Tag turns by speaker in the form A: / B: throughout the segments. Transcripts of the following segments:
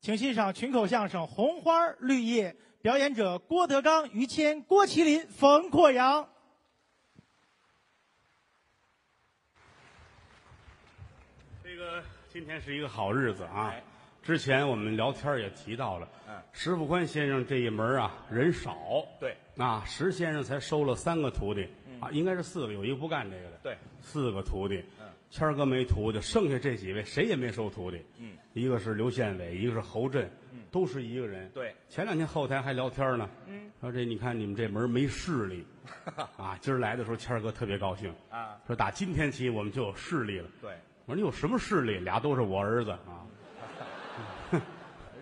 A: 请欣赏群口相声《红花绿叶》，表演者郭德纲、于谦、郭麒麟、冯阔阳。
B: 这个今天是一个好日子啊！之前我们聊天也提到了，
C: 哎嗯
B: 石富宽先生这一门啊人少，
C: 对，嗯
B: 啊，石先生才收了三个徒弟、啊，应该是四个，有一个不干这个的，
C: 对，
B: 四个徒弟，
C: 嗯，
B: 谦儿哥没徒弟，剩下这几位谁也没收徒弟，
C: 嗯，
B: 一个是刘宪伟，一个是侯震，嗯，都是一个人，
C: 对，
B: 前两天后台还聊天呢，嗯，说这你看你们这门没势 力，啊，今儿来的时候谦儿哥特别高兴，
C: 啊，
B: 说打今天起我们就有势力了，
C: 对，
B: 我说你有什么势力？俩都是我儿子啊！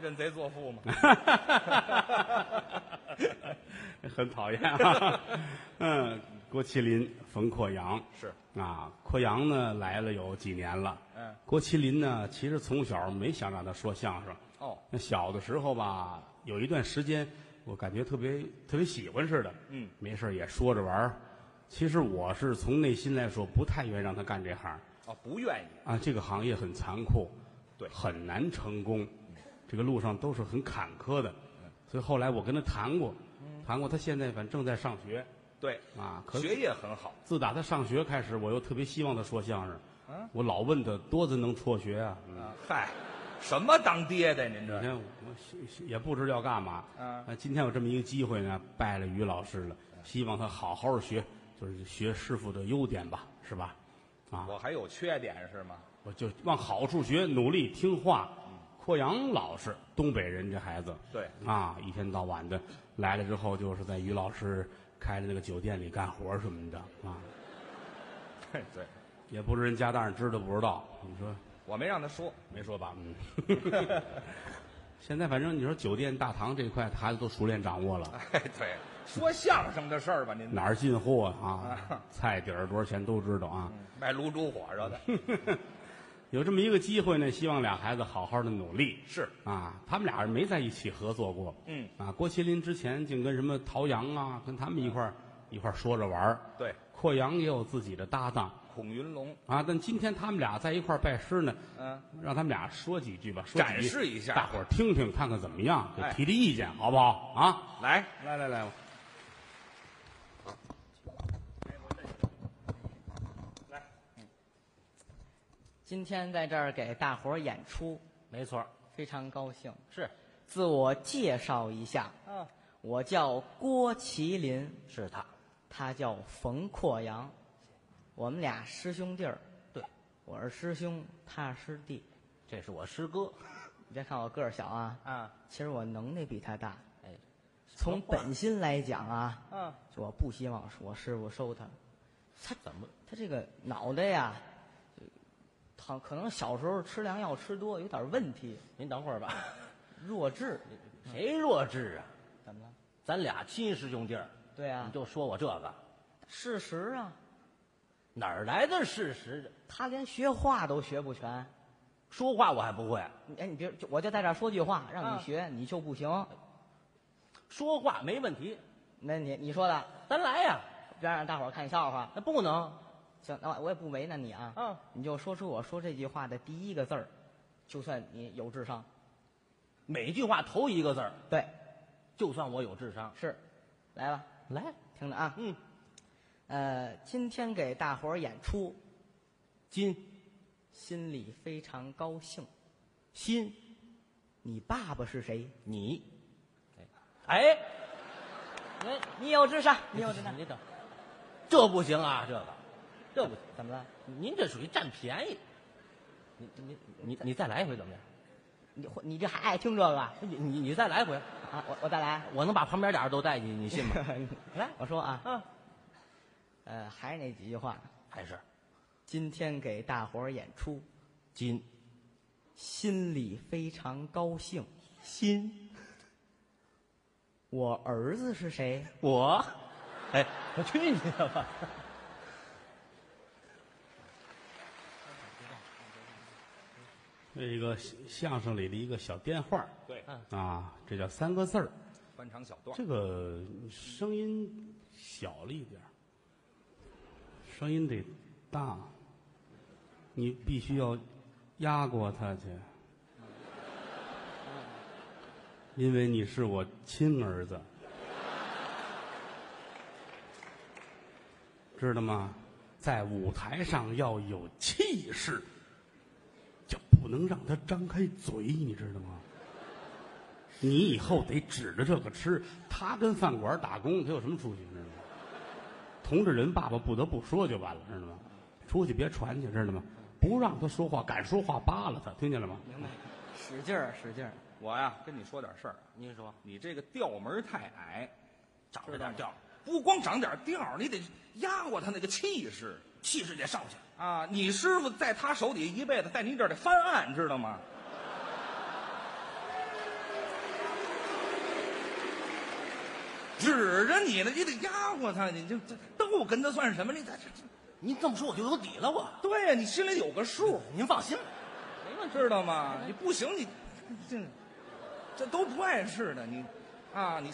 C: 认贼作父嘛。
B: 嗯很讨厌啊。 嗯，郭麒麟、冯阔阳
C: 是
B: 啊，阔阳呢来了有几年了。
C: 嗯，
B: 郭麒麟呢，其实从小没想让他说相声。
C: 哦，
B: 那小的时候吧，有一段时间，我感觉特别特别喜欢似的。
C: 嗯，
B: 没事儿也说着玩儿。其实我是从内心来说，不太愿意让他干这行。
C: 哦，不愿意。
B: 啊，这个行业很残酷，
C: 对
B: 很难成功，这个路上都是很坎坷的。
C: 嗯
B: 所以后来我跟他谈过，谈过，他现在反正正在上学
C: 对，
B: 啊。可
C: 嗯
B: 是
C: 学业很好。
B: 自打他上学开始，我又特别希望他说相声。
C: 嗯
B: 我老问他多子能辍学啊？
C: 啊，嗨，什么当爹的您
B: 你
C: 这？
B: 看我也不知道要干嘛。
C: 嗯
B: 啊，今天有这么一个机会呢，拜了于老师了，希望他好好学，就是学师傅的优点吧，是吧？啊，
C: 我还有缺点是吗？
B: 我就往好处学，努力听话。阔阳老师，东北人，这孩子
C: 对，
B: 啊，一天到晚的来了之后，就是在于老师开的那个酒店里干活什么的啊，
C: 对对，
B: 也不知人家大人知道不知道？你说
C: 我没让他说。
B: 没说吧？嗯。 现在反正你说酒店大堂这一块，孩子都熟练掌握了，
C: 哎，对，说相声的事儿吧，您
B: 哪儿进货啊
C: 啊
B: 菜底儿多少钱都知道啊。
C: 卖卤煮火烧的
B: 嗯有这么一个机会呢，希望俩孩子好好的努力。
C: 是
B: 啊，他们俩人没在一起合作过。
C: 嗯，
B: 啊，郭麒麟之前净跟什么陶阳啊，跟他们一块儿一块儿说着玩儿。
C: 对，
B: 阔阳也有自己的搭档
C: 孔云龙，
B: 啊，但今天他们俩在一块儿拜师呢，
C: 嗯，
B: 让他们俩说几句吧，说几句
C: 展示一下
B: 大伙儿听听看看怎么样，给
C: 哎
B: 提提意见，好不好啊？
C: 来，
B: 来来来，
D: 今天在这儿给大伙儿演出，
B: 没错，
D: 非常高兴。
C: 是，
D: 自我介绍一下，
C: 嗯，
D: 我叫郭麒麟，
B: 是他，
D: 他叫冯阔阳，我们俩师兄弟儿。
B: 对，
D: 我是师兄，他是师弟。
B: 这是我师哥，
D: 你别看我个儿小啊，
C: 啊，
D: 其实我能耐比他大。
B: 哎，
D: 从本心来讲啊，
C: 嗯，
D: 我不希望我师傅收他。
B: 他怎么？
D: 他这个脑袋呀，好可能小时候吃良药吃多，有点问题，
E: 您等会儿吧，
D: 弱智。
E: 谁弱智啊？
D: 怎么了？
E: 咱俩亲师兄弟儿，
D: 对啊
E: 你，就说我这个
D: 事实啊，
E: 哪儿来的事实？
D: 他连学话都学不全。
E: 说话我还不会，
D: 你哎，你别，就我就在这儿说句话，让
E: 啊
D: 你学，你就不行。
E: 说话没问题，
D: 那你你说的，
E: 咱来呀、
D: 别让大伙儿看笑话。
E: 那不能，
D: 行，那我也不为难你啊。
E: 嗯，
D: 你就说出我说这句话的第一个字儿，就算你有智商。
E: 每句话头一个字儿，
D: 对，
E: 就算我有智商。
D: 是，来吧，
E: 来，
D: 听着啊。
E: 嗯，
D: 呃，今天给大伙儿演出，
E: 金
D: 心里非常高兴。
E: 心
D: 你爸爸是谁？
E: 你，哎，
D: 哎，你有智商，你
E: 哎，
D: 有智商。
E: 你等，这不行啊，这个，这不行，
D: 怎么了？
E: 您这属于占便宜。你你你你再来一回怎么样？
D: 你你这还爱听这个啊？
E: 你你你再来一回，
D: 我我再来。
E: 我能把旁边俩人都带进，你 信吗？来，
D: 我说啊，
E: 啊，
D: 呃，还是那几句话，
E: 还是
D: 今天给大伙儿演出，
E: 金
D: 心里非常高兴。
E: 心
D: 我儿子是谁？
E: 我，哎，我去你的吧！
B: 这个相声里的一个小颠话儿
C: 对，
B: 啊，这叫三个字儿。
C: 翻唱小段儿，
B: 这个声音小了一点儿，声音得大，你必须要压过它去。因为你是我亲儿子，知道吗？在舞台上要有气势，就不能让他张开嘴，你知道吗？你以后得指着这个吃。他跟饭馆打工，他有什么出息？知道吗？同志人爸爸不得不说就完了，知道吗？出去别传去，知道吗？不让他说话，敢说话扒拉他，听见了吗？
D: 明白，使劲儿使劲儿。
C: 我呀，跟你说点事儿啊，
D: 您说，
C: 你这个调门儿太矮，长
D: 知道
C: 点调儿，不光长点调儿，你得压过他那个气势
E: 气势得上去。
C: 啊！你师傅在他手底下一辈子，在你这儿得翻案，知道吗？指着你呢，你得压过他，你这这斗跟他算什么？你这这这，
E: 您这么说我就有底了，我
C: 对呀、你心里有个数，
E: 您放心。
D: 没问题，
C: 知道吗？你不行，你这这都不碍事的，你啊，你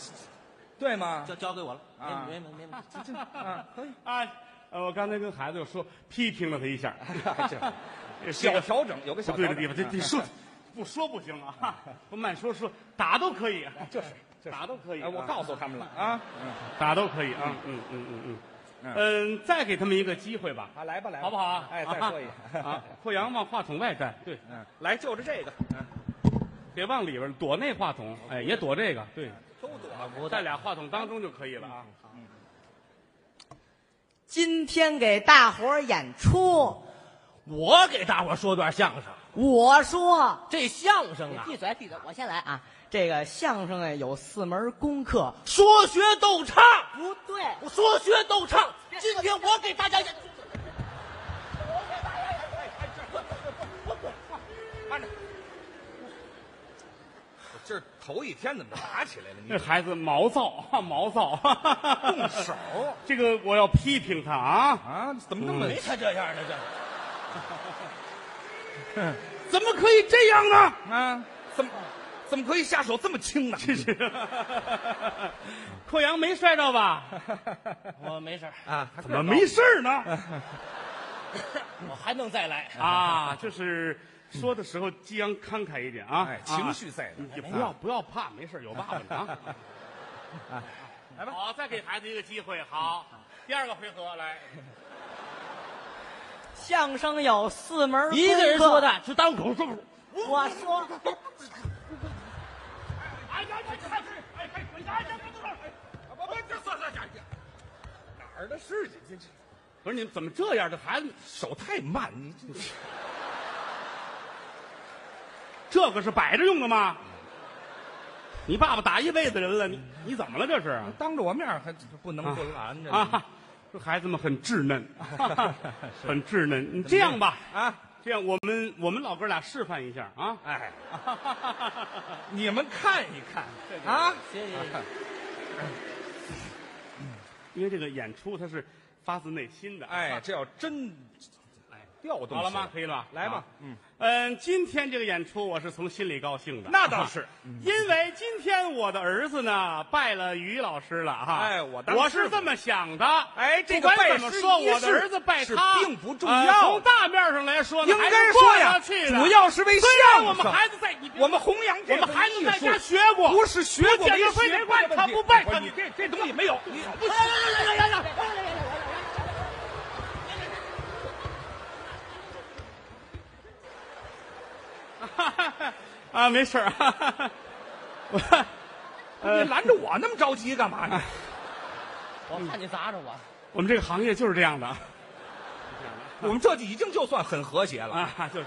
C: 对吗？
E: 交交给我了，
C: 啊
E: 没没没没，
C: 这这啊，可以，
B: 哎，呃我刚才跟孩子又说批评了他一下， 这
C: 小
B: 个
C: 调整有个小
B: 不
C: 调
B: 对的
C: 整
B: 地方，这得说，不说不行啊， 不慢说说打都可以，啊
C: 就是 就是
B: 打都可以
C: 哎
B: 啊，
C: 我告诉他们了啊，
B: 打都可以啊，嗯嗯嗯嗯
C: 嗯，
B: 嗯，再给他们一个机会吧，
C: 啊，来吧来吧，
B: 好不好啊？
C: 哎，再说一
B: 啊啊
C: 个，
B: 阔阳往话筒外站，对，
C: 嗯，来，就着这个，嗯，
B: 别往里边躲那话筒，哎，也躲这个，对，
C: 都躲了，
E: 我
B: 在俩话筒当中就可以了啊。
D: 今天给大伙儿演出，
C: 嗯
E: 我给大伙儿说段相声，
D: 我说。
E: 这相声
D: 你
E: 啊，
D: 闭嘴，闭嘴，我先来啊！这个相声啊有四门功课，
E: 说学逗唱，
D: 不对，
E: 我说学逗唱。今天我给大家演，
C: 我今儿头一天怎么打起来了？
B: 那
C: 你
B: 孩子毛躁，哈毛躁，
C: 嗯动 手
B: 这个我要批评他啊！
C: 啊？怎么那么
E: 嗯没他这样的这， 怎么可以这样呢？
C: 啊？怎么怎么可以下手这么轻呢？
B: 这是，阔阳没摔着 吧？
E: 我没事儿，
C: 啊，
B: 怎么没事儿呢？
E: 我还能再来。
B: 啊，就是说的时候激昂慷慨一点啊，
C: 哎
B: 啊
C: 情绪在哎呢
B: 你不要不要怕，没事儿有爸爸呢 啊。
C: 来吧
B: 好，再给孩子一个机会，好，第二个回合来。
D: 相声有四门功课，
E: 一个人说的，就当口说。
D: 我说，
B: 哎呀，你看这，哎哎，滚蛋！
C: 不不，这算算算，哪儿的事情？这这
B: 不是你们怎么这样？这孩子，
C: 手太慢，你这
B: 这个是摆着用的吗？你爸爸打一辈子人了，你你怎么了？这是啊
C: 当着我面还不能不拦着
B: 啊！这孩子们很稚 嫩，很稚嫩。你这样吧，
C: 啊！
B: 这样我们我们老哥俩示范一下啊！
C: 哎，你们看一看啊
E: 啊，谢谢谢谢。
B: 因为这个演出它是发自内心的。
C: 哎，，这要真哎调动
B: 好了
C: 起来
B: 吗？可以了吧？
C: 来吧
B: 啊，嗯，今天这个演出我是从心里高兴的。
C: 那倒是
B: 因为今天我的儿子呢拜了于老师了哈。
C: 哎我当
B: 我
C: 师
B: 是
C: 傅
B: 这么想的。
C: 哎这
B: 不
C: 个
B: 管
C: 拜
B: 怎么
C: 师
B: 说，
C: 仪
B: 我的
C: 式
B: 儿子拜
C: 是
B: 他
C: 并不重
B: 呃
C: 要
B: 从大面上来说呢，
C: 应
B: 还
C: 该
B: 是
C: 说
B: 过
C: 呀
B: 得去，的
C: 主要是为
B: 虽然
C: 相
B: 我
C: 声，
B: 们孩子在你别
C: 我们弘扬这
B: 我
C: 个
B: 们孩子在
C: 艺术
B: 家学过，
C: 不是学过
B: 我
C: 没
B: 讲非
C: 学
B: 得
C: 过
B: 拜
C: 的
B: 他
C: 问题
B: 不拜
C: 我
B: 他，
C: 说
B: 你
C: 你
B: 这这东西没有。你不行啊，没事儿， 我呃
C: 你拦着我那么着急干嘛 呢？
E: 我怕你砸着我，
B: 我们这个行业就是这样的
C: 我们这就已经就算很和谐 了。
B: 啊，就是。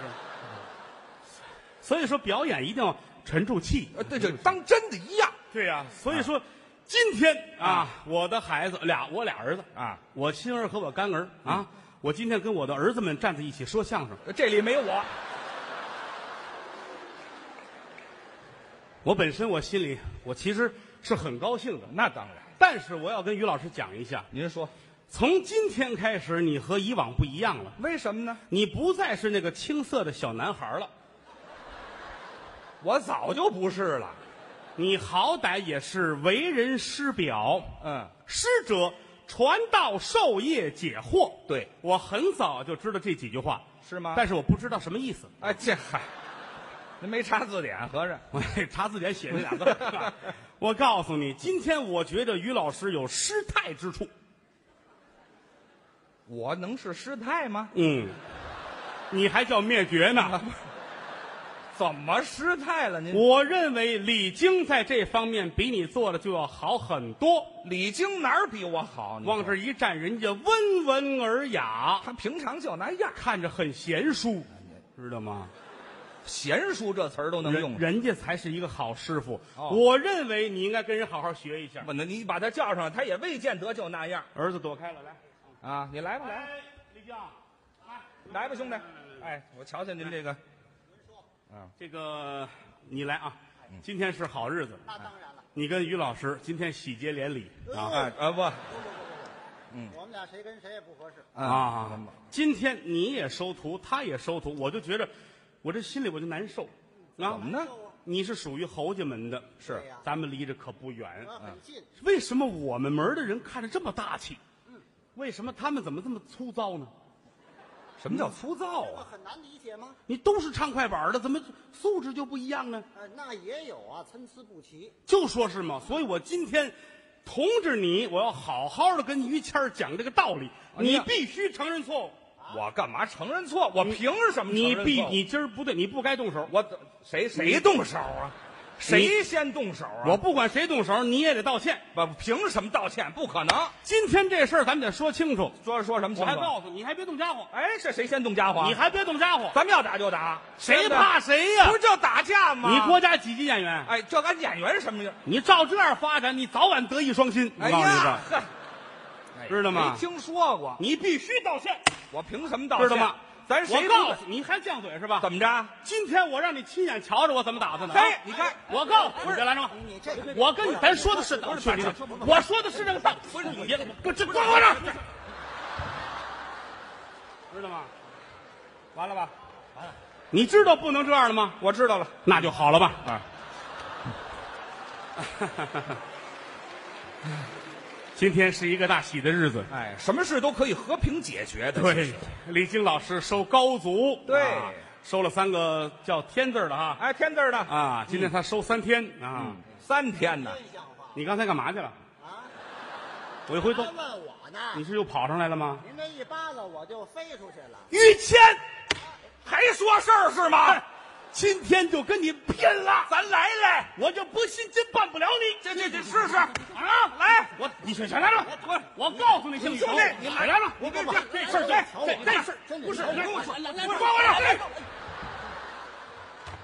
B: 所以说表演一定要沉住气。
C: 呃，对对，当真的一样
B: 对呀、所以说今天啊，我的孩子俩，我俩儿子，
C: 啊。嗯
B: 我亲儿和我干儿啊，我今天跟我的儿子们站在一起说相声，
C: 呃这里没我，
B: 我本身我心里我其实是很高兴的，
C: 那当然。
B: 但是我要跟于老师讲一下，
C: 您说
B: 从今天开始你和以往不一样了，
C: 为什么呢？
B: 你不再是那个青涩的小男孩了，
C: 我早就不是了。
B: 你好歹也是为人师表，
C: 嗯，
B: 师者传道授业解惑。
C: 对，
B: 我很早就知道这几句话，
C: 是吗？
B: 但是我不知道什么意思。
C: 哎，这嗨，您没查字典，合着
B: 我查字典写那俩字儿。我告诉你，今天我觉得于老师有失态之处。
C: 我能是师太吗？
B: 嗯，你还叫灭绝呢？
C: 怎么失态了？您
B: 我认为李菁在这方面比你做的就要好很多。
C: 李菁哪儿比我好？你说
B: 往这一站，人家温文尔雅，
C: 他平常就那样，
B: 看着很贤淑，知道吗？
C: 贤淑这词儿都能
B: 人
C: 用上。
B: 人家才是一个好师傅。
C: 哦
B: 我认为你应该跟人好好学一下。
C: 不，那你把他叫上，他也未见得就那样
B: 儿子躲开了，来，
C: 啊！你来吧，来吧，
B: 哎，李菁，来，
C: 来吧，兄弟
B: 来来来！
C: 哎，我瞧瞧您这个，
B: 这个你来啊，
C: 嗯
B: 今天是好日子，
F: 那当然了，嗯
B: 你跟于老师今天喜结连理啊
C: 哎啊不，
F: 我们俩谁跟谁也不合适。
B: 啊！今天你也收徒，他也收徒，我就觉着，我这心里我就难受啊。
C: 嗯怎么呢？
B: 你是属于侯家门的，
C: 是
F: 对呀嗯
B: 咱们离着可不远。
F: 我很近，
B: 为什么我们门的人看着这么大气？
F: 嗯
B: 为什么他们怎么这么粗糙呢？
C: 什么叫粗糙
F: 我
C: 啊？
F: 很难理解吗？
B: 你都是唱快板的，怎么素质就不一样呢？
F: 呃，那也有啊，参差不齐。
B: 就说是嘛，所以我今天同志你，我要好好的跟于谦儿讲这个道理，
C: 你
B: 你
C: 要
B: 必须承认错误，
C: 我干嘛承认错？我凭什么承
B: 你
C: 认错？
B: 必你今儿不对，你不该动手。
C: 我怎谁谁动手啊？谁先动手啊？
B: 我不管谁动手，你也得道歉。
C: 我凭什么道歉？不可能！
B: 今天这事儿咱们得说清楚。
C: 说说什
B: 我
C: 么情
B: 还
C: 况？
B: 告诉你，你还别动家伙，
C: 哎，这谁先动家伙？
B: 你还别动家伙，
C: 咱们要打就打，
B: 谁
C: 真的
B: 怕谁呀
C: 不？是就打架吗？
B: 你国家几级演员？
C: 哎，这跟演员什么样？
B: 你照这样发展，你早晚德艺双馨。我告
C: 哎
B: 诉你
C: 呀
B: 吧，，
C: 呵
B: 知道吗
C: 没听说过，
B: 你必须道歉，
C: 我凭什么嗯道歉？
B: 知道吗？
C: 咱
B: 我
C: 谁
B: 告
C: 告
B: 诉你，你还犟嘴是吧？
C: 怎么着？哎
B: 今天我让你亲眼瞧着我怎么打他呢？
C: 嘿
B: 啊，
C: 你看，
B: 我告诉你，别拦着我。
F: 你这个
B: 我跟你，咱说的是道理，去你的！我说的是这个道理，不是你别给我，我这给我让，知道吗？
C: 完了吧？
B: 你知道不能这样了吗？
C: 我知道了，
B: 那就好了吧。啊
C: 啊，
B: 今天是一个大喜的日子，
C: 哎，什么事都可以和平解决的。其
B: 对
C: 实，
B: 李菁老师收高足，
C: 对
B: 啊收了三个叫天字儿的哈
C: 哎，天字儿的
B: 啊，今天他收三天啊。
C: 三天呢，
F: 真像话
B: 你刚才干嘛去了？
F: 啊！
B: 我一回头
F: 还，问我呢
B: 你？是又跑上来了吗？
F: 您这一巴掌我就飞出去了。
B: 于谦，还说事儿是吗？哎今天就跟你拼了！咱来来，我就不信真办不了你。
C: 这这这试试。
B: 啊，来，我你去去来了，我我告诉你，兄弟，
C: 兄弟你来
B: 来了，
C: 你别
B: 这这
C: 这
B: 事儿，哎这这这事儿
F: 真的
B: 不是，
F: 真的
B: 不是
D: 来来来
B: 不是关我让开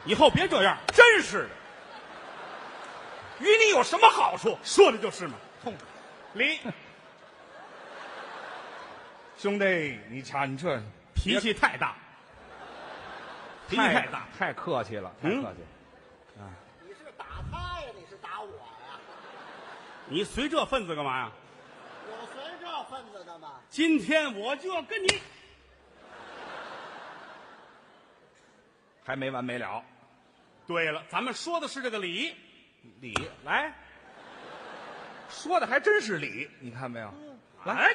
B: 以后别这样，
C: 真是的，与你有什么好处？
B: 说的就是嘛。
C: 痛，
B: 李
C: 兄弟，你瞧你这
B: 脾气太大，脾气太大，，
C: 太客气了，太
B: 嗯
C: 客气。
F: 你是打他呀？你是打我呀？
B: 你随这份子干嘛呀？
F: 我随这份子的吗？
B: 今天我就要跟你，
C: 还没完没了，
B: 对了，咱们说的是这个理，
C: 理来，说的还真是理，你看没有？
B: 来，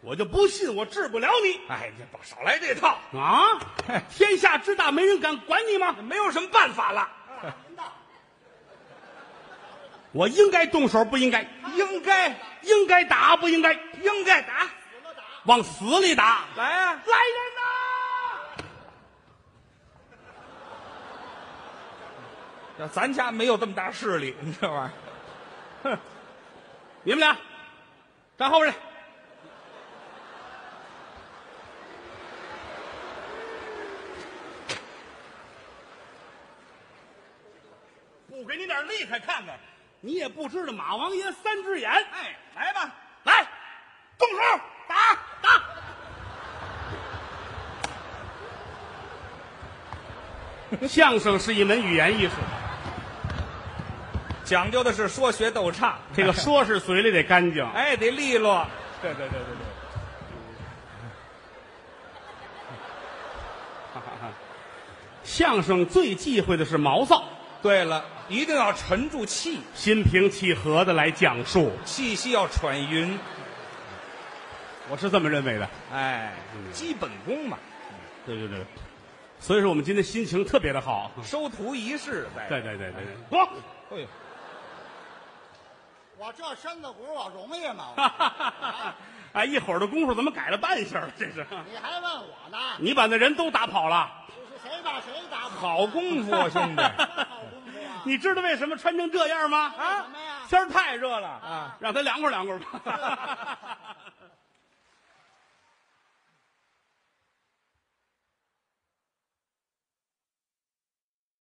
B: 我就不信我治不了你
C: 哎，你甭少来这套，
B: 啊！天下之大，没人敢管你吗？
C: 没有什么办法了，
B: 我应该动手，不应该；
C: 应该
B: 应该打，不应该；
C: 应该打，
B: 往死里打！
C: 来啊！
B: 来人呐！
C: 咱家没有这么大势力，你这玩意儿，
B: 你们俩站后边去。不给你点厉害看看，你也不知道马王爷三只眼。哎，
C: 来吧，
B: 来，动手打打。相声是一门语言艺术，
C: 讲究的是说学逗唱，
B: 这个说
C: 哎
B: 是嘴里得干净。
C: 哎得利落，
B: 对对对对对。相声最忌讳的是毛躁，
C: 对了，一定要沉住气，
B: 心平气和的来讲述，
C: 气息要喘匀，
B: 我是这么认为的。
C: 哎，基本功嘛，
B: 对对对，所以说我们今天心情特别的好。
C: 收徒仪式在。
B: 对对对对对，哇！
C: 哎呦，
F: 我这身子骨我容易吗？
B: 哈哈哈哈哎，一会儿的功夫怎么改了半下了？这是，
F: 你还问我呢？
B: 你把那人都打跑了。
F: 不是谁把谁打跑？
C: 好功夫啊，兄弟！
F: 好功夫啊！
B: 你啊知道为什么
C: 啊
B: 穿成这样吗？
F: 为什么呀
B: 天儿太热了
F: 啊，
B: 让他凉快凉快吧。